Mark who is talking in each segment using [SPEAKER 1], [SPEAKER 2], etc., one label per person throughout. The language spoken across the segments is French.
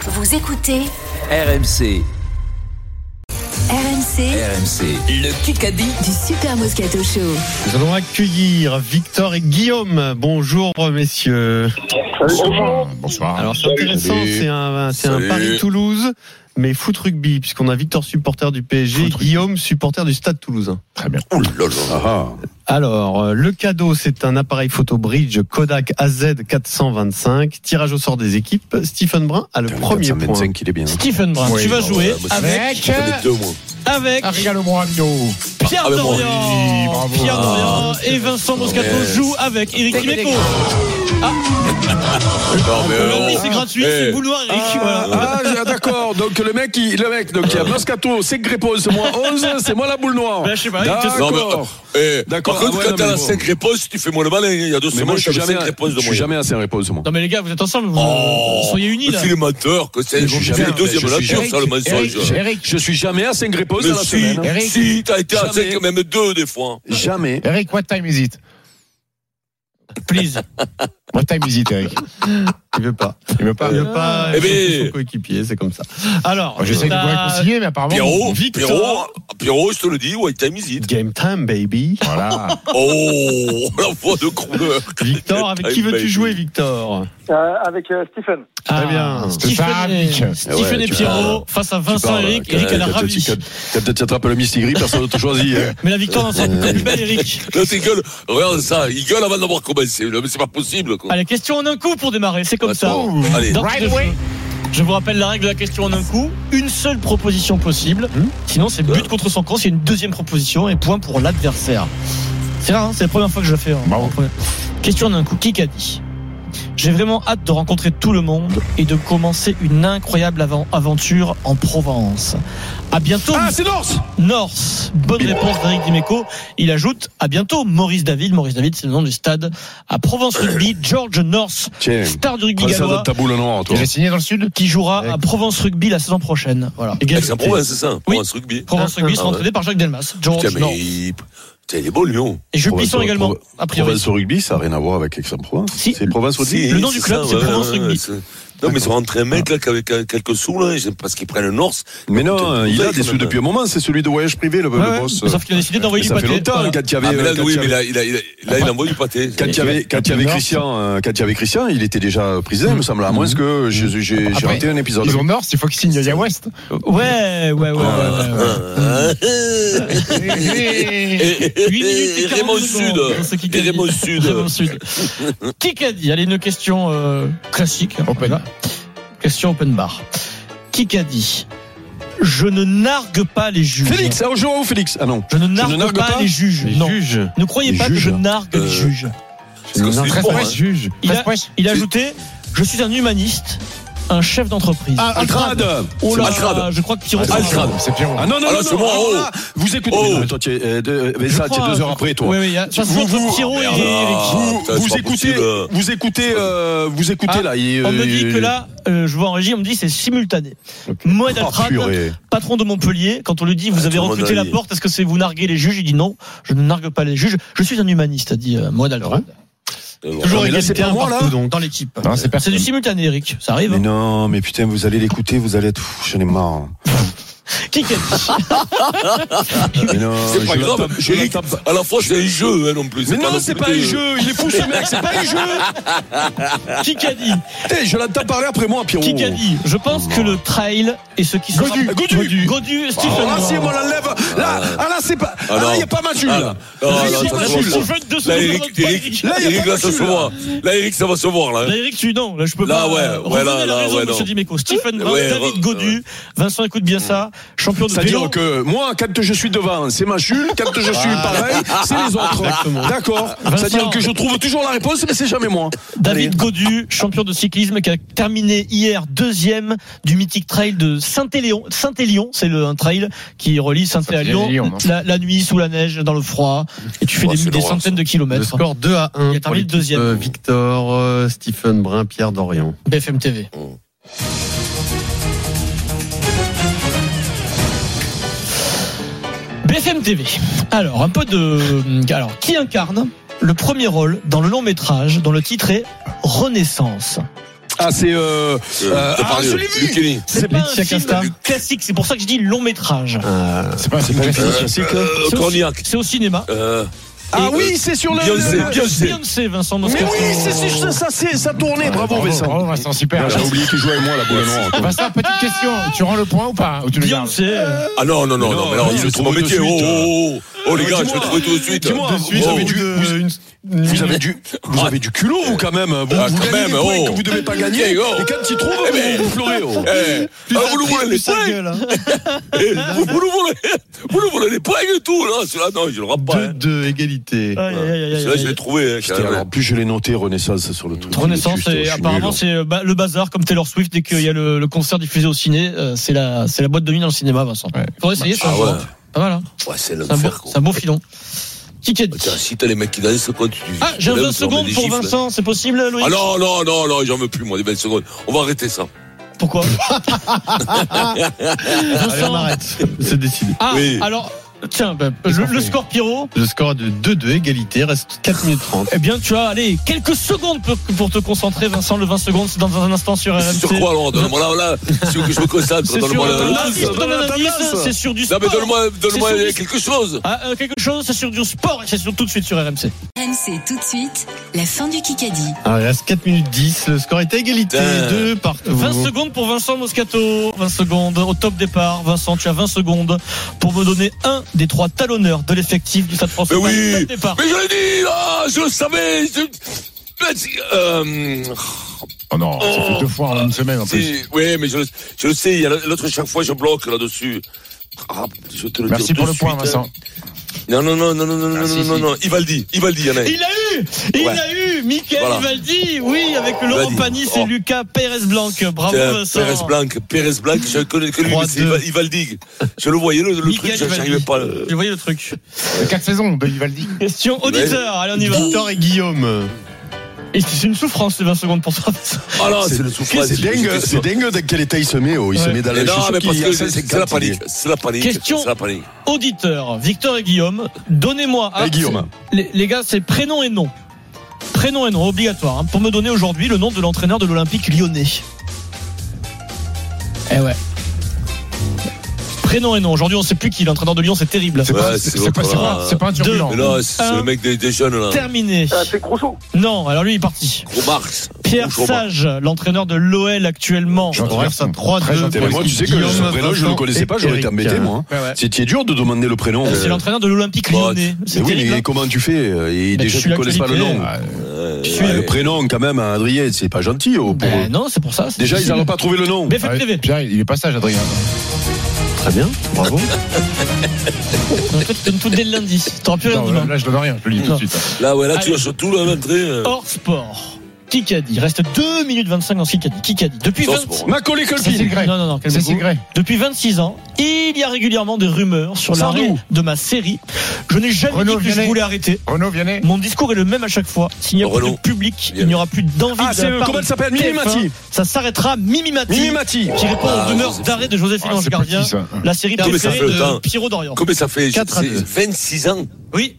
[SPEAKER 1] Vous écoutez
[SPEAKER 2] RMC,
[SPEAKER 1] RMC
[SPEAKER 2] RMC, le Kikadi.
[SPEAKER 1] du Super Moscato Show.
[SPEAKER 3] Nous allons accueillir Victor et Guillaume. Bonjour messieurs.
[SPEAKER 4] Bonsoir. Bonsoir.
[SPEAKER 3] Alors c'est intéressant, c'est un, c'est un
[SPEAKER 4] Salut.
[SPEAKER 3] Paris-Toulouse, mais foot rugby, puisqu'on a Victor supporter du PSG,
[SPEAKER 4] Foot rugby.
[SPEAKER 3] Guillaume supporter du Stade Toulousain.
[SPEAKER 4] Très bien. Ouh là là.
[SPEAKER 3] Alors, euh, le cadeau, c'est un appareil photo bridge Kodak AZ425. Tirage au sort des équipes. Stephen Brun a le premier point.
[SPEAKER 4] il est bien.
[SPEAKER 5] Stephen Brun, tu vas jouer avec,
[SPEAKER 4] bah,
[SPEAKER 5] euh,
[SPEAKER 4] deux mois.
[SPEAKER 5] avec
[SPEAKER 6] Régale-moi, Mio.
[SPEAKER 5] Pierre
[SPEAKER 4] Ah, mais bon,
[SPEAKER 6] oui,
[SPEAKER 5] Dorian.
[SPEAKER 6] bravo.
[SPEAKER 5] Pierre
[SPEAKER 6] Ah,
[SPEAKER 5] Dorian et Vincent Moscato
[SPEAKER 4] yes.
[SPEAKER 5] jouent avec Eric Dimeco.
[SPEAKER 4] Non, mais
[SPEAKER 7] euh,
[SPEAKER 5] Aujourd'hui,
[SPEAKER 4] oh.
[SPEAKER 5] c'est gratuit,
[SPEAKER 4] Eh.
[SPEAKER 5] c'est boulevard Eric. voilà.
[SPEAKER 4] Ah, ah, d'accord. Donc le mec, il, le mec, donc il y a Moscato, c'est Grépos, c'est moi 11, c'est moi la boule noire.
[SPEAKER 5] Bah, je sais pas, il te-
[SPEAKER 7] Non, mais,
[SPEAKER 4] D'accord.
[SPEAKER 7] eh,
[SPEAKER 4] D'accord.
[SPEAKER 7] Par contre,
[SPEAKER 4] Ah ouais, non,
[SPEAKER 7] quand t'as
[SPEAKER 4] mais
[SPEAKER 7] la
[SPEAKER 4] bon.
[SPEAKER 7] 5 réponses, tu fais moins le malin. hein. Il y a deux
[SPEAKER 4] Mais
[SPEAKER 7] semaines,
[SPEAKER 4] moi, je suis
[SPEAKER 7] j'avais
[SPEAKER 4] jamais,
[SPEAKER 7] 5 réponses de
[SPEAKER 4] je suis
[SPEAKER 7] moyenne.
[SPEAKER 4] jamais assez réponse moi.
[SPEAKER 5] Non mais les gars, vous êtes ensemble, vous
[SPEAKER 7] Oh,
[SPEAKER 5] soyez unis
[SPEAKER 7] Le
[SPEAKER 5] là.
[SPEAKER 7] film menteur, que c'est
[SPEAKER 4] Je suis jamais-
[SPEAKER 7] le deuxième
[SPEAKER 4] je
[SPEAKER 7] la
[SPEAKER 4] suis-
[SPEAKER 7] pire,
[SPEAKER 6] Eric,
[SPEAKER 7] ça, le
[SPEAKER 6] Eric,
[SPEAKER 7] mensonge.
[SPEAKER 6] Eric,
[SPEAKER 4] Je suis jamais à 5 réponses
[SPEAKER 7] Mais
[SPEAKER 4] à la
[SPEAKER 7] si,
[SPEAKER 4] semaine. hein.
[SPEAKER 6] Eric.
[SPEAKER 7] si, t'as été à
[SPEAKER 4] Jamais.
[SPEAKER 7] 5, même deux des fois.
[SPEAKER 4] Jamais.
[SPEAKER 6] Eric, what time is it
[SPEAKER 5] Please.
[SPEAKER 6] What time is it, Eric
[SPEAKER 3] Il veut pas.
[SPEAKER 6] Il veut
[SPEAKER 4] Euh,
[SPEAKER 6] pas
[SPEAKER 3] Il veut pas.
[SPEAKER 7] Eh
[SPEAKER 3] il veut
[SPEAKER 7] ben.
[SPEAKER 3] que son coéquipier, c'est comme ça.
[SPEAKER 5] Alors,
[SPEAKER 4] Ah,
[SPEAKER 5] bah,
[SPEAKER 6] Moi, J'essaie de vous
[SPEAKER 5] t'as-
[SPEAKER 6] réconcilier, mais apparemment.
[SPEAKER 7] Pierrot,
[SPEAKER 3] Victor.
[SPEAKER 4] hein.
[SPEAKER 7] Pierrot, Pierrot, je te le dis, white time is it.
[SPEAKER 3] Game time, baby.
[SPEAKER 6] Voilà.
[SPEAKER 7] Oh, la voix de Kruger.
[SPEAKER 3] Victor, avec qui veux-tu jouer, Victor
[SPEAKER 8] Euh, avec euh, Stephen.
[SPEAKER 3] Très bien.
[SPEAKER 6] C'est ça,
[SPEAKER 5] ah, Stephen et-
[SPEAKER 6] Mick.
[SPEAKER 4] Eh ouais,
[SPEAKER 5] Stephen et
[SPEAKER 4] tu
[SPEAKER 5] Pierrot face à Vincent
[SPEAKER 4] parles,
[SPEAKER 5] Eric.
[SPEAKER 4] là.
[SPEAKER 5] Eric, elle a
[SPEAKER 4] Quand-
[SPEAKER 5] ravi.
[SPEAKER 4] quand- Quand quand tu attrapes le Misty Gris, personne ne te choisit. hein.
[SPEAKER 5] Mais la victoire dans cette
[SPEAKER 4] Euh.
[SPEAKER 5] plus belle, Eric.
[SPEAKER 7] Là, c'est gueule. Regarde ça, il gueule avant d'avoir commencé. Là, Mais c'est pas possible, quoi.
[SPEAKER 5] Allez, question en un coup pour démarrer, c'est comme ça.
[SPEAKER 7] Attends, Allez,
[SPEAKER 5] D'entrée
[SPEAKER 6] Right
[SPEAKER 5] de jeu.
[SPEAKER 6] away.
[SPEAKER 5] Je vous rappelle la règle de la question en un coup. Une seule proposition possible.
[SPEAKER 7] Hmm.
[SPEAKER 5] Sinon, c'est but contre son camp. C'est une deuxième proposition et point pour l'adversaire. C'est rare, hein, c'est la première fois que je le fais. hein.
[SPEAKER 6] Bravo.
[SPEAKER 5] En première- Question en un coup. Qui qu'a dit J'ai vraiment hâte de rencontrer tout le monde et de commencer une incroyable avant- aventure en Provence. À bientôt,
[SPEAKER 4] Ah, c'est Norse
[SPEAKER 5] Norse. Bonne réponse d'Eric Dimeco. Il ajoute à bientôt, Maurice David. Maurice David, c'est le nom du stade à Provence Rugby. George Norse,
[SPEAKER 4] Tiens,
[SPEAKER 5] star du rugby
[SPEAKER 4] prends ça dans
[SPEAKER 5] gallois
[SPEAKER 4] ta boule noire, toi.
[SPEAKER 6] Il est signé dans le Sud
[SPEAKER 5] qui jouera à Provence Rugby la saison prochaine. Voilà.
[SPEAKER 7] Aix-en-Provence, c'est ça?
[SPEAKER 5] Oui.
[SPEAKER 7] Provence Rugby.
[SPEAKER 5] Provence Rugby sera
[SPEAKER 7] Ah ouais.
[SPEAKER 5] entraîné par Jacques Delmas. George
[SPEAKER 7] Putain,
[SPEAKER 5] Nord.
[SPEAKER 7] mais il... Putain, il est beau, Lyon.
[SPEAKER 5] Et Jules
[SPEAKER 4] Provence-
[SPEAKER 5] Pisson également,
[SPEAKER 4] Provence-
[SPEAKER 5] a priori.
[SPEAKER 4] Provence au rugby, ça n'a rien à voir avec Aix-en-Provence.
[SPEAKER 5] Si.
[SPEAKER 4] C'est Provence au rugby.
[SPEAKER 7] Si,
[SPEAKER 5] Le nom du club, c'est
[SPEAKER 7] ouais,
[SPEAKER 5] Provence
[SPEAKER 7] ouais,
[SPEAKER 5] Rugby.
[SPEAKER 7] c'est- Non, mais ils sont rentrés un mec là, avec quelques sous, là, je sais pas ce qu'ils prennent le Norse.
[SPEAKER 4] Mais non,
[SPEAKER 7] Putain,
[SPEAKER 4] il a
[SPEAKER 7] putain,
[SPEAKER 4] des sous
[SPEAKER 7] quand
[SPEAKER 4] depuis un moment, c'est celui de voyage privé, le, le
[SPEAKER 5] Ouais, ouais.
[SPEAKER 4] boss.
[SPEAKER 5] Sauf qu'il a décidé d'envoyer
[SPEAKER 4] euh, Mais
[SPEAKER 5] du
[SPEAKER 4] ça fait
[SPEAKER 5] paquet.
[SPEAKER 4] longtemps,
[SPEAKER 5] Voilà.
[SPEAKER 4] quand il y avait.
[SPEAKER 7] Ah, mais là,
[SPEAKER 4] quand
[SPEAKER 7] oui,
[SPEAKER 4] il y
[SPEAKER 7] mais
[SPEAKER 4] avait-
[SPEAKER 7] là, il, a, il, a- là, il envoie du pâté.
[SPEAKER 4] Quand il y avait, quand il y avait
[SPEAKER 6] Norse.
[SPEAKER 4] Christian, euh, Hmm. quand il y avait Christian, il était déjà président, il me semble, à moins que j'ai- j'ai j'ai
[SPEAKER 6] Après,
[SPEAKER 4] raté un épisode.
[SPEAKER 6] Ils ont North, il faut qu'ils signent Yaya West.
[SPEAKER 5] Ouais, ouais, ouais. ouais, ouais, ouais.
[SPEAKER 7] Ah, ah.
[SPEAKER 6] Eric,
[SPEAKER 4] Ah.
[SPEAKER 5] Huit minutes et
[SPEAKER 7] Et
[SPEAKER 5] 40
[SPEAKER 7] Raymond
[SPEAKER 5] secondes
[SPEAKER 7] Sud.
[SPEAKER 5] dans ce Kikadi.
[SPEAKER 7] Et Raymond Sud.
[SPEAKER 5] Raymond Sud. Qui a dit Allez, une question euh, classique.
[SPEAKER 6] Open.
[SPEAKER 5] Voilà. Question open bar. Qui a dit Je ne nargue pas les juges.
[SPEAKER 4] Félix, ah, Joao Félix. Ah non.
[SPEAKER 5] Je ne nargue,
[SPEAKER 4] nargue
[SPEAKER 5] pas,
[SPEAKER 4] pas
[SPEAKER 5] les juges.
[SPEAKER 3] Les
[SPEAKER 5] non.
[SPEAKER 3] juges.
[SPEAKER 5] Ne croyez
[SPEAKER 4] Les
[SPEAKER 5] pas
[SPEAKER 4] juges,
[SPEAKER 5] que je
[SPEAKER 4] hein.
[SPEAKER 5] nargue
[SPEAKER 7] Euh,
[SPEAKER 5] les juges.
[SPEAKER 7] Parce que c'est du
[SPEAKER 6] très
[SPEAKER 7] sport,
[SPEAKER 6] fort.
[SPEAKER 7] hein.
[SPEAKER 3] Juge.
[SPEAKER 5] Il a,
[SPEAKER 6] Presse, presse.
[SPEAKER 5] il a
[SPEAKER 7] C'est-
[SPEAKER 5] ajouté Je suis un humaniste, un chef d'entreprise.
[SPEAKER 6] Ah,
[SPEAKER 4] Altrad.
[SPEAKER 5] Oh là,
[SPEAKER 7] Altrad.
[SPEAKER 5] je crois que Pierrot.
[SPEAKER 7] Altrad.
[SPEAKER 6] C'est Pierrot.
[SPEAKER 4] Ah non, non,
[SPEAKER 7] Ah, là,
[SPEAKER 4] non,
[SPEAKER 7] c'est
[SPEAKER 4] non,
[SPEAKER 7] moi,
[SPEAKER 4] alors
[SPEAKER 7] oh.
[SPEAKER 4] là, vous écoutez.
[SPEAKER 7] Oh.
[SPEAKER 4] Mais non, mais toi, tu es, euh, deux- mais ça,
[SPEAKER 5] Je
[SPEAKER 4] tu es
[SPEAKER 5] crois,
[SPEAKER 4] deux
[SPEAKER 5] euh,
[SPEAKER 4] heures après, toi.
[SPEAKER 5] Oui, oui, il y a- ça se
[SPEAKER 4] Vous-
[SPEAKER 5] voit entre
[SPEAKER 4] vous-
[SPEAKER 5] Pierrot et
[SPEAKER 7] Merde,
[SPEAKER 5] Eric.
[SPEAKER 7] ah,
[SPEAKER 4] Vous,
[SPEAKER 7] putain, c'est
[SPEAKER 4] vous
[SPEAKER 7] pas
[SPEAKER 4] écoutez,
[SPEAKER 7] possible.
[SPEAKER 4] vous écoutez, euh, vous écoutez
[SPEAKER 5] Ah,
[SPEAKER 4] là. il-
[SPEAKER 5] On me dit
[SPEAKER 4] il-
[SPEAKER 5] que là, euh, je vois en régie, on me dit c'est simultané. Mohamed
[SPEAKER 4] Oh,
[SPEAKER 5] Altrad,
[SPEAKER 4] purée.
[SPEAKER 5] patron de Montpellier, quand on lui dit vous
[SPEAKER 7] Ah,
[SPEAKER 5] avez
[SPEAKER 7] tout le monde
[SPEAKER 5] recruté
[SPEAKER 7] l'a
[SPEAKER 5] la
[SPEAKER 7] dit.
[SPEAKER 5] porte, est-ce que c'est vous narguez les juges Il dit non, je ne nargue pas les juges, je suis un humaniste, a dit euh, Mohamed Altrad.
[SPEAKER 7] Euh, voilà.
[SPEAKER 5] Toujours
[SPEAKER 4] mais là,
[SPEAKER 5] égalité
[SPEAKER 4] c'est pas
[SPEAKER 5] un
[SPEAKER 4] moi, là.
[SPEAKER 5] partout, donc, dans l'équipe.
[SPEAKER 6] Non, c'est
[SPEAKER 5] C'est
[SPEAKER 6] personne.
[SPEAKER 5] du simultané, Eric, ça arrive.
[SPEAKER 4] Mais
[SPEAKER 5] hein.
[SPEAKER 4] non, mais putain, vous allez l'écouter, vous allez être. Pff, J'en ai marre.
[SPEAKER 5] Qui qu'a dit
[SPEAKER 4] Mais non,
[SPEAKER 7] C'est pas
[SPEAKER 4] je
[SPEAKER 7] grave,
[SPEAKER 4] l'entends- je
[SPEAKER 7] Eric,
[SPEAKER 4] l'entends pas.
[SPEAKER 7] à la fois c'est un jeu hein, non plus.
[SPEAKER 4] Mais non,
[SPEAKER 7] non
[SPEAKER 4] c'est
[SPEAKER 7] plus
[SPEAKER 4] pas un
[SPEAKER 7] des-
[SPEAKER 4] jeu, Euh, il est fou ce mec, c'est pas un jeu.
[SPEAKER 5] Qui qu'a dit
[SPEAKER 4] Putain, Eh, je l'entends parler après moi, Pierrot.
[SPEAKER 5] Qui qu'a dit Je pense que le trail et ce qui se
[SPEAKER 4] Godu,
[SPEAKER 5] rappelle-
[SPEAKER 4] Godu.
[SPEAKER 5] Godu, Godu, Stephen.
[SPEAKER 4] Oh. Ah, là, si on
[SPEAKER 5] Brown.
[SPEAKER 4] l'enlève. Là, ah, là, c'est pas. Ah,
[SPEAKER 7] Oh. Ah,
[SPEAKER 4] là,
[SPEAKER 7] non.
[SPEAKER 4] il n'y a pas match nul. là.
[SPEAKER 7] Ah, non,
[SPEAKER 4] Là,
[SPEAKER 5] Ah,
[SPEAKER 4] il y a
[SPEAKER 5] si,
[SPEAKER 7] ça,
[SPEAKER 4] pas
[SPEAKER 5] voilà,
[SPEAKER 4] match
[SPEAKER 7] c'est bon,
[SPEAKER 4] nul.
[SPEAKER 7] ça.
[SPEAKER 5] Stephen, deux secondes,
[SPEAKER 7] Là,
[SPEAKER 5] on
[SPEAKER 7] Eric,
[SPEAKER 5] reprend pas
[SPEAKER 7] Eric,
[SPEAKER 5] Eric.
[SPEAKER 4] Là, il y a
[SPEAKER 7] Eric,
[SPEAKER 4] pas
[SPEAKER 7] là, ça
[SPEAKER 4] de
[SPEAKER 7] se
[SPEAKER 4] jeu,
[SPEAKER 7] voit. Là, Eric, ça va se voir, là.
[SPEAKER 5] Là, Eric, tu non, là je peux
[SPEAKER 7] Euh, Là,
[SPEAKER 5] pas.
[SPEAKER 7] ouais,
[SPEAKER 5] euh,
[SPEAKER 7] ouais,
[SPEAKER 5] redonner
[SPEAKER 7] là,
[SPEAKER 5] la
[SPEAKER 7] là,
[SPEAKER 5] raison,
[SPEAKER 7] ouais,
[SPEAKER 5] monsieur
[SPEAKER 7] non.
[SPEAKER 5] Dimeco. Stephen Brown,
[SPEAKER 7] Ouais,
[SPEAKER 5] David
[SPEAKER 7] ouais. Mm.
[SPEAKER 5] Godu, Vincent écoute bien ça, champion de vélo.
[SPEAKER 4] C'est-à-dire que moi, quand je suis devant, c'est ma chule, quand je suis pareil, c'est les autres. D'accord. C'est-à-dire que je trouve toujours la réponse, mais c'est jamais moi.
[SPEAKER 5] David Godu, champion de cyclisme, qui a terminé hier deuxième du mythique trail de Saint-Éléon. Saint-Élion, c'est le un trail qui relie Saint-Élion à
[SPEAKER 6] Saint-Élion,
[SPEAKER 3] hein.
[SPEAKER 5] Lyon.
[SPEAKER 6] non
[SPEAKER 5] La, la nuit, sous la neige, dans le froid, et tu fais
[SPEAKER 7] Ouais,
[SPEAKER 5] des,
[SPEAKER 7] c'est
[SPEAKER 5] des
[SPEAKER 7] l'horreur,
[SPEAKER 5] centaines de
[SPEAKER 3] Le
[SPEAKER 5] kilomètres.
[SPEAKER 3] score 2 à 1
[SPEAKER 5] Il a terminé
[SPEAKER 3] pour
[SPEAKER 5] le
[SPEAKER 3] l'équipe,
[SPEAKER 5] deuxième.
[SPEAKER 3] euh, Victor, euh, Stephen Brun, Pierre Dorian.
[SPEAKER 5] BFM TV. BFM TV. Alors, un peu de. Alors, qui incarne le premier rôle dans le long métrage dont le titre est Renaissance
[SPEAKER 4] Ah, c'est. Euh,
[SPEAKER 7] Euh,
[SPEAKER 4] euh,
[SPEAKER 7] t'as
[SPEAKER 4] ah,
[SPEAKER 7] parlé,
[SPEAKER 4] je l'ai vu
[SPEAKER 7] Luchini.
[SPEAKER 5] C'est pas un
[SPEAKER 3] Laetitia
[SPEAKER 5] film
[SPEAKER 3] Casta.
[SPEAKER 5] classique, c'est pour ça que je dis long métrage.
[SPEAKER 3] Euh,
[SPEAKER 6] C'est pas un film
[SPEAKER 7] Euh,
[SPEAKER 6] classique.
[SPEAKER 7] euh,
[SPEAKER 5] C'est au-
[SPEAKER 7] Cornillac.
[SPEAKER 5] C'est au cinéma.
[SPEAKER 7] Euh,
[SPEAKER 4] Ah oui, c'est sur le.
[SPEAKER 7] Beyoncé,
[SPEAKER 4] le-
[SPEAKER 7] Beyoncé.
[SPEAKER 5] Beyoncé, Vincent
[SPEAKER 4] Mais
[SPEAKER 5] Moscato.
[SPEAKER 4] oui, c'est c'est- ça, ça, c'est- ça tournait. Bravo, Vincent.
[SPEAKER 6] Bravo, Oh, Vincent, super.
[SPEAKER 4] J'ai oublié que tu jouais avec moi la boule noire. encore.
[SPEAKER 6] Vincent, petite question. Tu rends le point ou pas Ou tu le gardes
[SPEAKER 5] Beyoncé. euh,
[SPEAKER 7] Ah non, non, non,
[SPEAKER 4] Mais
[SPEAKER 7] non,
[SPEAKER 4] non,
[SPEAKER 7] mais alors
[SPEAKER 4] non,
[SPEAKER 7] il
[SPEAKER 4] je
[SPEAKER 7] le
[SPEAKER 4] le
[SPEAKER 7] trouve au
[SPEAKER 4] trouve de
[SPEAKER 7] métier. Oh,
[SPEAKER 4] suite,
[SPEAKER 7] oh, oh, oh, les
[SPEAKER 4] Mais
[SPEAKER 7] gars, je vais le
[SPEAKER 4] dis-moi,
[SPEAKER 7] trouver tout de suite.
[SPEAKER 4] dis-moi,
[SPEAKER 7] Oh,
[SPEAKER 4] de suite, ça veut
[SPEAKER 7] oh,
[SPEAKER 4] dire- Vous avez du, vous avez du culot, vous, quand même. Vous,
[SPEAKER 7] Ah,
[SPEAKER 4] vous
[SPEAKER 7] quand
[SPEAKER 4] gagnez
[SPEAKER 7] même,
[SPEAKER 4] des points
[SPEAKER 7] oh.
[SPEAKER 4] que vous devez pas gagner.
[SPEAKER 7] Eh, oh.
[SPEAKER 4] Et quand tu trouves,
[SPEAKER 7] Eh ben.
[SPEAKER 4] vous vous pleurez. oh.
[SPEAKER 7] eh, ah, vous le voulez, les
[SPEAKER 3] sa
[SPEAKER 7] points
[SPEAKER 3] gueule, hein.
[SPEAKER 7] eh, Vous vous le voulez Vous le voulez, les points et tout là, Celui-là, non, je le rate pas.
[SPEAKER 3] Deux,
[SPEAKER 7] hein.
[SPEAKER 5] euh,
[SPEAKER 3] deux, égalité.
[SPEAKER 5] aïe, aïe, aïe, aïe,
[SPEAKER 7] Celui-là, je l'ai
[SPEAKER 5] aïe.
[SPEAKER 7] trouvé. hein, quand
[SPEAKER 4] Putain,
[SPEAKER 7] même.
[SPEAKER 4] alors, en plus je l'ai noté, Renaissance, sur le truc.
[SPEAKER 5] Renaissance,
[SPEAKER 4] Putain, je
[SPEAKER 5] et
[SPEAKER 4] suis
[SPEAKER 5] apparemment
[SPEAKER 4] nul.
[SPEAKER 5] c'est euh, ba- le bazar comme Taylor Swift dès qu'il y a le, le concert diffusé au ciné, euh, c'est la c'est la boîte de nuit dans le cinéma Vincent.
[SPEAKER 6] Ouais.
[SPEAKER 5] Faut essayer ça.
[SPEAKER 7] Ah ouais,
[SPEAKER 5] Pas mal, hein.
[SPEAKER 7] ouais
[SPEAKER 5] C'est
[SPEAKER 7] c'est
[SPEAKER 5] un, beau-
[SPEAKER 7] l'enfer, quoi.
[SPEAKER 5] c'est un beau filon. Qui qui a dit
[SPEAKER 7] Oh, Tiens, si t'as les mecs qui dansent, quoi, tu.
[SPEAKER 5] Ah, j'ai
[SPEAKER 7] tu lèves,
[SPEAKER 5] 20
[SPEAKER 7] tu leur mets
[SPEAKER 5] secondes
[SPEAKER 7] des
[SPEAKER 5] pour
[SPEAKER 7] gifles.
[SPEAKER 5] Vincent, c'est possible Loïc
[SPEAKER 7] Ah non, non, non, non, j'en veux plus, moi, des 20 secondes. On va arrêter ça.
[SPEAKER 5] Pourquoi
[SPEAKER 3] Allez, on
[SPEAKER 5] Vincent
[SPEAKER 3] arrête. C'est décidé.
[SPEAKER 5] Ah,
[SPEAKER 7] Oui.
[SPEAKER 5] alors, tiens, bah, le, le score Pierrot,
[SPEAKER 3] Le score est de 2-2, égalité, reste 4 minutes 30.
[SPEAKER 5] eh bien tu as, allez, quelques secondes pour, pour te concentrer Vincent, le 20 secondes, c'est dans un instant sur
[SPEAKER 7] C'est
[SPEAKER 5] RMC.
[SPEAKER 7] sur quoi, alors Donne-moi là, là, si vous que je me concentre,
[SPEAKER 5] C'est sur
[SPEAKER 7] donne-moi
[SPEAKER 5] un
[SPEAKER 7] le-
[SPEAKER 4] là,
[SPEAKER 5] indice,
[SPEAKER 4] là,
[SPEAKER 5] donne un
[SPEAKER 4] là,
[SPEAKER 5] indice,
[SPEAKER 4] là, là.
[SPEAKER 5] c'est sur du
[SPEAKER 7] Non,
[SPEAKER 5] sport.
[SPEAKER 7] mais donne-moi donne-moi
[SPEAKER 5] C'est sur-
[SPEAKER 7] quelque chose.
[SPEAKER 5] Ah, euh, quelque chose, c'est sur du sport et c'est sur tout de suite sur RMC.
[SPEAKER 1] RMC tout de suite, la fin du Kikadi.
[SPEAKER 3] Alors, Ah, il reste 4 minutes 10. Le score est à égalité.
[SPEAKER 7] Putain.
[SPEAKER 3] 2 partout.
[SPEAKER 5] 20 secondes pour Vincent Moscato, 20 secondes au top départ. Vincent, tu as 20 secondes pour me donner un des trois talonneurs de l'effectif du Stade français.
[SPEAKER 7] Mais oui.
[SPEAKER 5] Top départ.
[SPEAKER 7] Mais je l'ai dit, là, je le savais. je- Euh,
[SPEAKER 6] Oh non, ça fait deux fois en une semaine en plus.
[SPEAKER 7] si, oui, mais je, le- je le sais, il y a l'autre chaque fois je bloque là-dessus. Ah, je te le
[SPEAKER 6] Merci
[SPEAKER 7] dis
[SPEAKER 6] pour
[SPEAKER 7] de
[SPEAKER 6] le point,
[SPEAKER 7] suite,
[SPEAKER 6] Vincent.
[SPEAKER 7] hein. Non, non, non, non, non, non,
[SPEAKER 6] Ah,
[SPEAKER 7] non,
[SPEAKER 6] si,
[SPEAKER 7] non, non,
[SPEAKER 6] si.
[SPEAKER 7] non, Ivaldi, Ivaldi, il y en a. un.
[SPEAKER 5] Il a eu Il
[SPEAKER 7] Ouais.
[SPEAKER 5] a eu Michael
[SPEAKER 7] Voilà.
[SPEAKER 5] Ivaldi Oui, avec Laurent
[SPEAKER 7] Ivaldi.
[SPEAKER 5] Panis et
[SPEAKER 7] Oh.
[SPEAKER 5] Lucas Pérez-Blanc. Bravo
[SPEAKER 7] Tiens,
[SPEAKER 5] Vincent.
[SPEAKER 7] Pérez Blanc, Pérez Blanc, je le connais que lui, mais c'est
[SPEAKER 3] 3-2.
[SPEAKER 7] Iva- Ivaldi. Je le voyais, le, le truc,
[SPEAKER 5] Michael
[SPEAKER 7] je-
[SPEAKER 5] Ivaldi.
[SPEAKER 7] j'arrivais pas. à
[SPEAKER 5] Vous
[SPEAKER 7] le-
[SPEAKER 5] voyez Euh, le truc.
[SPEAKER 6] Les Quatre saisons de Vivaldi.
[SPEAKER 5] Question auditeur, allez on y va.
[SPEAKER 3] Victor et Guillaume.
[SPEAKER 5] Et C'est une souffrance les 20 secondes pour toi. Vincent.
[SPEAKER 7] Ah non, c'est le souffle.
[SPEAKER 4] C'est dingue, hein. c'est dingue dans quel état il se met. Oh, il se
[SPEAKER 5] Ouais.
[SPEAKER 4] met dans la
[SPEAKER 7] Mais
[SPEAKER 4] je suis
[SPEAKER 7] non,
[SPEAKER 4] sûr
[SPEAKER 7] mais
[SPEAKER 4] qu'il
[SPEAKER 7] parce
[SPEAKER 6] hein,
[SPEAKER 4] y a
[SPEAKER 7] que c'est
[SPEAKER 4] 150,
[SPEAKER 7] c'est la
[SPEAKER 4] il est-
[SPEAKER 7] panique. C'est la panique.
[SPEAKER 5] Question.
[SPEAKER 7] C'est la panique.
[SPEAKER 5] Auditeur, Victor et Guillaume, donnez-moi.
[SPEAKER 4] Et Guillaume.
[SPEAKER 5] Les, les gars, c'est prénom et nom. Prénom et nom, obligatoire. hein, pour me donner aujourd'hui le nom de l'entraîneur de l'Olympique lyonnais. Eh ouais. Prénom et nom. Aujourd'hui, on sait plus qui est l'entraîneur de Lyon, c'est terrible.
[SPEAKER 6] C'est
[SPEAKER 7] Ouais,
[SPEAKER 6] pas,
[SPEAKER 7] c'est
[SPEAKER 6] c'est- c'est pas, c'est
[SPEAKER 7] votre-
[SPEAKER 6] pas, c'est pas un
[SPEAKER 5] Deux.
[SPEAKER 6] turbulent.
[SPEAKER 7] Mais là, c'est
[SPEAKER 5] Un.
[SPEAKER 7] le mec des, des jeunes, là.
[SPEAKER 5] Terminé. c'est Non, alors lui, il est parti.
[SPEAKER 7] Gros Marx.
[SPEAKER 5] Pierre
[SPEAKER 7] Bonjour, Marx.
[SPEAKER 5] Sage, l'entraîneur de l'OL actuellement.
[SPEAKER 3] On reste à 3-2.
[SPEAKER 6] Très gentil.
[SPEAKER 3] pour
[SPEAKER 4] Mais moi, tu sais que
[SPEAKER 3] Guillaume,
[SPEAKER 4] son prénom, je
[SPEAKER 3] Vincent
[SPEAKER 4] le connaissais pas, j'aurais été
[SPEAKER 3] Eric.
[SPEAKER 4] embêté, moi.
[SPEAKER 6] Ouais, ouais.
[SPEAKER 4] C'était dur de demander le prénom.
[SPEAKER 5] Euh, C'est
[SPEAKER 4] mais-
[SPEAKER 5] l'entraîneur de l'Olympique
[SPEAKER 7] Bah,
[SPEAKER 5] lyonnais. C'est
[SPEAKER 4] Mais oui,
[SPEAKER 5] terrible. hein.
[SPEAKER 4] mais comment tu fais euh, Et
[SPEAKER 5] Bah,
[SPEAKER 4] des
[SPEAKER 5] tu
[SPEAKER 4] gens qui connaissent pas le
[SPEAKER 5] l'actualité.
[SPEAKER 4] nom.
[SPEAKER 6] Ah,
[SPEAKER 7] Euh,
[SPEAKER 5] Puis,
[SPEAKER 7] ouais.
[SPEAKER 4] Le prénom, quand même, hein, Adrien, c'est pas gentil oh, pour
[SPEAKER 5] Ben
[SPEAKER 4] eux.
[SPEAKER 5] non, c'est pour ça. c'est
[SPEAKER 4] Déjà, ils
[SPEAKER 5] difficile.
[SPEAKER 4] n'auraient pas trouvé le nom.
[SPEAKER 5] BFM
[SPEAKER 6] ouais.
[SPEAKER 5] TV.
[SPEAKER 6] Pierre, il est pas sage, Adrien.
[SPEAKER 3] Très bien. Bravo.
[SPEAKER 5] Donc, toi, tu donnes tout dès le lundi. T'auras plus rien
[SPEAKER 6] Non,
[SPEAKER 5] demain.
[SPEAKER 6] là, je donne rien, je le dis tout de
[SPEAKER 5] Non.
[SPEAKER 6] suite.
[SPEAKER 7] Là, ouais, là, tu
[SPEAKER 5] Allez. Oh.
[SPEAKER 7] as surtout là, l'entrée. euh,
[SPEAKER 5] Hors sport. Kikadi. Reste 2 minutes 25 dans ce Kikadi. Kikadi. Depuis
[SPEAKER 7] Sans
[SPEAKER 5] 20...
[SPEAKER 7] sport.
[SPEAKER 4] Macaulay
[SPEAKER 6] Cécile
[SPEAKER 4] Culkin
[SPEAKER 6] Gray.
[SPEAKER 5] Non, non, non, calmez-vous.
[SPEAKER 6] Cécile Gray.
[SPEAKER 5] Depuis 26 ans, il y a régulièrement des rumeurs sur
[SPEAKER 6] Sardou.
[SPEAKER 5] l'arrêt de ma série. Je n'ai jamais
[SPEAKER 6] Renaud
[SPEAKER 5] dit que je
[SPEAKER 6] Vianney.
[SPEAKER 5] voulais arrêter.
[SPEAKER 6] Renaud Vianney.
[SPEAKER 5] Mon discours est le même à chaque fois. S'il n'y a plus
[SPEAKER 7] Renaud.
[SPEAKER 5] de public, il
[SPEAKER 7] Vianney.
[SPEAKER 5] n'y aura plus d'envie
[SPEAKER 4] Ah,
[SPEAKER 5] de
[SPEAKER 4] c'est
[SPEAKER 5] la
[SPEAKER 4] euh,
[SPEAKER 5] part
[SPEAKER 4] comment
[SPEAKER 5] de
[SPEAKER 4] elle s'appelle Mimi
[SPEAKER 5] TF1.
[SPEAKER 4] Mati.
[SPEAKER 5] Ça s'arrêtera Mimi Mati.
[SPEAKER 4] Mimi Mati.
[SPEAKER 5] qui répond
[SPEAKER 7] Ah,
[SPEAKER 5] aux demeures
[SPEAKER 7] c'est-
[SPEAKER 5] d'arrêt de Joséphine
[SPEAKER 6] Ah,
[SPEAKER 5] Ange
[SPEAKER 6] c'est
[SPEAKER 5] Gardien,
[SPEAKER 6] petit, ça.
[SPEAKER 5] la série
[SPEAKER 7] Comment ça
[SPEAKER 5] préférée
[SPEAKER 7] fait le
[SPEAKER 5] de
[SPEAKER 7] temps
[SPEAKER 5] Pierrot d'Orient.
[SPEAKER 7] Combien ça fait
[SPEAKER 3] Quatre à
[SPEAKER 7] C'est
[SPEAKER 3] deux.
[SPEAKER 7] 26 ans.
[SPEAKER 5] Oui,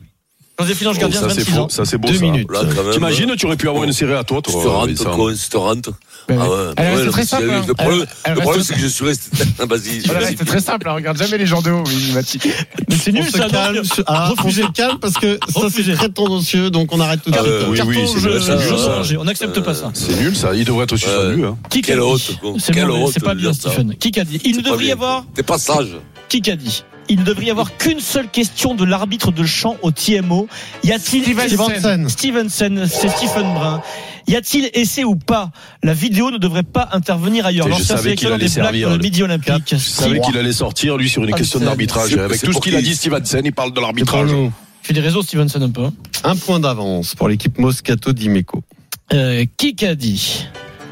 [SPEAKER 5] Joséphine Ange
[SPEAKER 4] Oh,
[SPEAKER 5] Gardien,
[SPEAKER 4] Ça, c'est
[SPEAKER 5] 26 ans.
[SPEAKER 4] faux. Ça, c'est beau.
[SPEAKER 3] Deux
[SPEAKER 4] ça.
[SPEAKER 3] minutes.
[SPEAKER 7] Là, quand même.
[SPEAKER 4] T'imagines, tu aurais pu avoir une série à toi,
[SPEAKER 7] bah, Tu te
[SPEAKER 4] toi.
[SPEAKER 7] rentres,
[SPEAKER 4] Vincent.
[SPEAKER 7] quoi, tu te rentres.
[SPEAKER 6] Ben,
[SPEAKER 7] Ah ouais,
[SPEAKER 6] Elle
[SPEAKER 7] ouais,
[SPEAKER 6] reste
[SPEAKER 7] non,
[SPEAKER 6] très
[SPEAKER 7] mais
[SPEAKER 6] simple.
[SPEAKER 7] c'est-
[SPEAKER 6] hein.
[SPEAKER 7] Le problème,
[SPEAKER 6] Elle- elle
[SPEAKER 7] le problème,
[SPEAKER 6] reste-
[SPEAKER 7] c'est que je suis resté. Vas-y,
[SPEAKER 6] Voilà,
[SPEAKER 7] vas-y.
[SPEAKER 6] c'était très simple, hein, regarde jamais les gens de haut, Mimi Mati.
[SPEAKER 5] Mais c'est
[SPEAKER 3] On
[SPEAKER 5] nul
[SPEAKER 3] se
[SPEAKER 5] ça.
[SPEAKER 3] calme.
[SPEAKER 5] donc-
[SPEAKER 3] Ah, on
[SPEAKER 5] Refusé.
[SPEAKER 3] se calme parce que ça, c'est
[SPEAKER 5] Refusé.
[SPEAKER 3] très tendancieux. Donc, on arrête tout de
[SPEAKER 7] Ah,
[SPEAKER 3] suite.
[SPEAKER 7] euh, oui,
[SPEAKER 5] Carton,
[SPEAKER 4] oui, c'est
[SPEAKER 5] je-
[SPEAKER 4] vrai, ça,
[SPEAKER 5] je-
[SPEAKER 4] ça,
[SPEAKER 5] je-
[SPEAKER 7] ça.
[SPEAKER 5] on n'accepte pas ça.
[SPEAKER 4] C'est nul, ça. Il devrait être suspendu. hein.
[SPEAKER 5] Qui
[SPEAKER 7] Quelle
[SPEAKER 5] qu'a dit
[SPEAKER 7] honte, quoi.
[SPEAKER 5] C'est
[SPEAKER 7] Quelle
[SPEAKER 5] mauvais,
[SPEAKER 7] honte
[SPEAKER 5] c'est pas
[SPEAKER 7] de
[SPEAKER 5] bien,
[SPEAKER 7] dire ça.
[SPEAKER 5] Stephen. Qui qu'a dit Il ne
[SPEAKER 7] C'est pas
[SPEAKER 5] devrait y
[SPEAKER 7] bien.
[SPEAKER 5] avoir.
[SPEAKER 7] T'es pas sage.
[SPEAKER 5] Qui qu'a dit Il ne devrait y avoir qu'une seule question de l'arbitre de champ au TMO. Y a-t-il
[SPEAKER 3] Stevenson.
[SPEAKER 5] Stevenson, c'est Stephen Brun. Y a-t-il essai ou pas La vidéo ne devrait pas intervenir ailleurs.
[SPEAKER 4] Je
[SPEAKER 5] L'ancien
[SPEAKER 4] savais qu'il
[SPEAKER 5] sélectionneur
[SPEAKER 4] allait
[SPEAKER 5] des Blacks
[SPEAKER 4] servir,
[SPEAKER 5] dans le
[SPEAKER 4] le-
[SPEAKER 5] Midi Olympique.
[SPEAKER 4] Je savais qu'il allait sortir, lui, sur une
[SPEAKER 5] Ah,
[SPEAKER 4] question
[SPEAKER 5] c'est-
[SPEAKER 4] d'arbitrage.
[SPEAKER 7] c'est-
[SPEAKER 4] Avec
[SPEAKER 7] c'est
[SPEAKER 4] tout ce
[SPEAKER 7] pour
[SPEAKER 4] qu'il a
[SPEAKER 7] qui
[SPEAKER 4] dit, Steven Sen, il parle de
[SPEAKER 3] C'est pour
[SPEAKER 4] l'arbitrage.
[SPEAKER 3] nous.
[SPEAKER 5] Fait des réseaux Stevenson un peu. hein.
[SPEAKER 3] Un point d'avance pour l'équipe Moscato d'Imeco.
[SPEAKER 5] Euh, Qui qu'a dit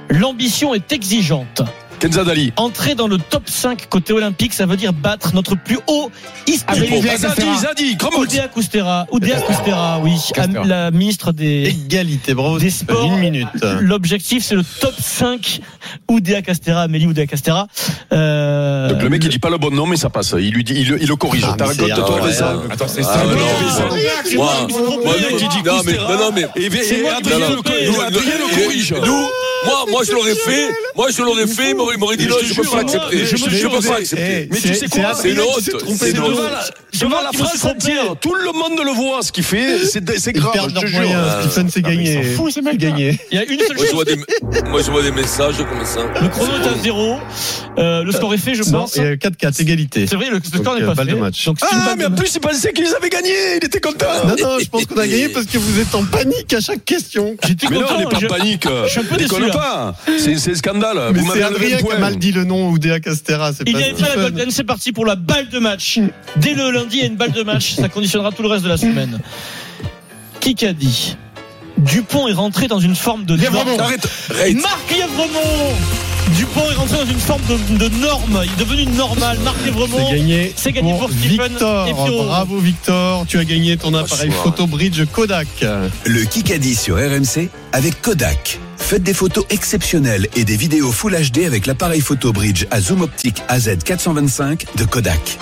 [SPEAKER 5] L'ambition est exigeante.
[SPEAKER 4] Kenza Dali.
[SPEAKER 5] Entrer dans le top 5 côté olympique, ça veut dire battre notre plus haut historique.
[SPEAKER 6] Avec Olivier
[SPEAKER 4] Zadie,
[SPEAKER 6] Castera.
[SPEAKER 4] Zadie, Kramot.
[SPEAKER 5] Oudéa Coustera,
[SPEAKER 4] Euh,
[SPEAKER 5] Oudéa Coustera, oui,
[SPEAKER 6] Castera.
[SPEAKER 5] am- la ministre des,
[SPEAKER 3] Égalité. Bravo.
[SPEAKER 5] des sports.
[SPEAKER 3] Une minute.
[SPEAKER 4] Ah, euh,
[SPEAKER 5] L'objectif, c'est le top 5 Oudéa Castera, Amélie Oudéa Castera. Euh,
[SPEAKER 4] Donc le mec il dit pas le bon nom mais ça passe. Il lui dit, il, le- il le corrige.
[SPEAKER 3] Ah,
[SPEAKER 4] T'as
[SPEAKER 3] mais c'est
[SPEAKER 4] raconté toi
[SPEAKER 7] incroyable.
[SPEAKER 4] mais ça.
[SPEAKER 6] Attends, c'est
[SPEAKER 7] Ah,
[SPEAKER 6] simple.
[SPEAKER 7] ouais,
[SPEAKER 6] Non,
[SPEAKER 7] non,
[SPEAKER 6] mais
[SPEAKER 7] mais
[SPEAKER 6] ça-
[SPEAKER 7] ça- Moi,
[SPEAKER 5] me suis
[SPEAKER 7] moi,
[SPEAKER 5] trompé.
[SPEAKER 7] le mec, il dit
[SPEAKER 4] Non, mais-
[SPEAKER 7] Coustera.
[SPEAKER 4] non, non, mais- Et- et-
[SPEAKER 5] C'est
[SPEAKER 4] et
[SPEAKER 5] moi qui
[SPEAKER 4] Adrien
[SPEAKER 5] me suis
[SPEAKER 4] le
[SPEAKER 5] trompé.
[SPEAKER 4] et Adrien le corrige.
[SPEAKER 7] Nous, Moi, moi, je l'aurais fait. Moi, je l'aurais fait. mais Il m'aurait dit
[SPEAKER 4] Mais
[SPEAKER 7] non,
[SPEAKER 4] je te
[SPEAKER 7] je peux
[SPEAKER 4] jure,
[SPEAKER 7] pas
[SPEAKER 4] moi,
[SPEAKER 7] accepter.
[SPEAKER 4] mais je
[SPEAKER 7] Je
[SPEAKER 4] me
[SPEAKER 7] peux
[SPEAKER 4] suis-
[SPEAKER 7] pas
[SPEAKER 3] Eh,
[SPEAKER 7] accepter.
[SPEAKER 4] Mais tu sais quoi
[SPEAKER 7] C'est une
[SPEAKER 3] Adrien qui
[SPEAKER 7] honte.
[SPEAKER 3] s'est trompé
[SPEAKER 7] C'est une
[SPEAKER 3] de
[SPEAKER 7] honte.
[SPEAKER 3] nom.
[SPEAKER 5] Je vois
[SPEAKER 4] la
[SPEAKER 5] qu'il me
[SPEAKER 4] France
[SPEAKER 5] trompe bien.
[SPEAKER 4] entière, tout le monde le voit ce qu'il fait, c'est c'est
[SPEAKER 3] Ils
[SPEAKER 4] grave,
[SPEAKER 3] perdent
[SPEAKER 4] je te
[SPEAKER 3] leurs
[SPEAKER 4] jure. Ah,
[SPEAKER 3] moyens.
[SPEAKER 7] euh,
[SPEAKER 3] Stephen, c'est gagné.
[SPEAKER 5] fous, ces
[SPEAKER 3] C'est
[SPEAKER 5] mecs-là.
[SPEAKER 4] hein.
[SPEAKER 3] gagné.
[SPEAKER 5] Il y a une seule
[SPEAKER 7] Moi, je
[SPEAKER 5] chose.
[SPEAKER 7] vois des, moi, je vois des messages comme ça.
[SPEAKER 5] Le chrono est à zéro. Euh, le score est fait, je
[SPEAKER 3] Non,
[SPEAKER 5] pense.
[SPEAKER 3] il y a eu 4-4, égalité.
[SPEAKER 5] C'est vrai, le, le score
[SPEAKER 3] Donc,
[SPEAKER 5] n'est
[SPEAKER 3] euh,
[SPEAKER 5] pas
[SPEAKER 3] balle
[SPEAKER 5] fait.
[SPEAKER 3] de match.
[SPEAKER 5] Donc, c'est une
[SPEAKER 4] Ah,
[SPEAKER 5] balle
[SPEAKER 4] mais
[SPEAKER 5] de
[SPEAKER 4] en
[SPEAKER 5] match.
[SPEAKER 4] plus, il pensait qu'ils avaient gagné, il était content.
[SPEAKER 3] Non, non, je pense qu'on a gagné parce que vous êtes en panique à chaque question.
[SPEAKER 5] J'étais
[SPEAKER 4] Mais non, on
[SPEAKER 5] content.
[SPEAKER 4] n'est pas
[SPEAKER 5] je-
[SPEAKER 4] en panique.
[SPEAKER 5] je suis un peu
[SPEAKER 4] Déconne
[SPEAKER 5] déçu, là.
[SPEAKER 4] pas. C'est c'est scandale.
[SPEAKER 3] Mais
[SPEAKER 4] Vous
[SPEAKER 3] c'est
[SPEAKER 4] m'avez enlevé
[SPEAKER 3] Adrien
[SPEAKER 4] le
[SPEAKER 3] qui a
[SPEAKER 4] point.
[SPEAKER 3] mal dit le nom ou Déa Castera, c'est
[SPEAKER 5] Il
[SPEAKER 3] pas
[SPEAKER 5] n'y avait pas la
[SPEAKER 3] Stephen.
[SPEAKER 5] Golden, c'est parti pour la balle de match. Dès le lundi, il y a une balle de match, ça conditionnera tout le reste de la semaine. Qui qu'a dit Dupont est rentré dans une forme de norme.
[SPEAKER 7] Arrête. Arrête.
[SPEAKER 5] Marc Evremont Dupont est rentré dans une forme de, de norme, il est devenu normal. Marc Evremont,
[SPEAKER 3] C'est gagné.
[SPEAKER 5] C'est gagné pour Stephen
[SPEAKER 3] Victor.
[SPEAKER 5] et Pierrot.
[SPEAKER 3] Bravo Victor, tu as gagné ton appareil
[SPEAKER 7] soir.
[SPEAKER 3] photo bridge Kodak.
[SPEAKER 8] Le Kikadi sur RMC avec Kodak. Faites des photos exceptionnelles et des vidéos Full HD avec l'appareil photo bridge à zoom optique AZ425 de Kodak.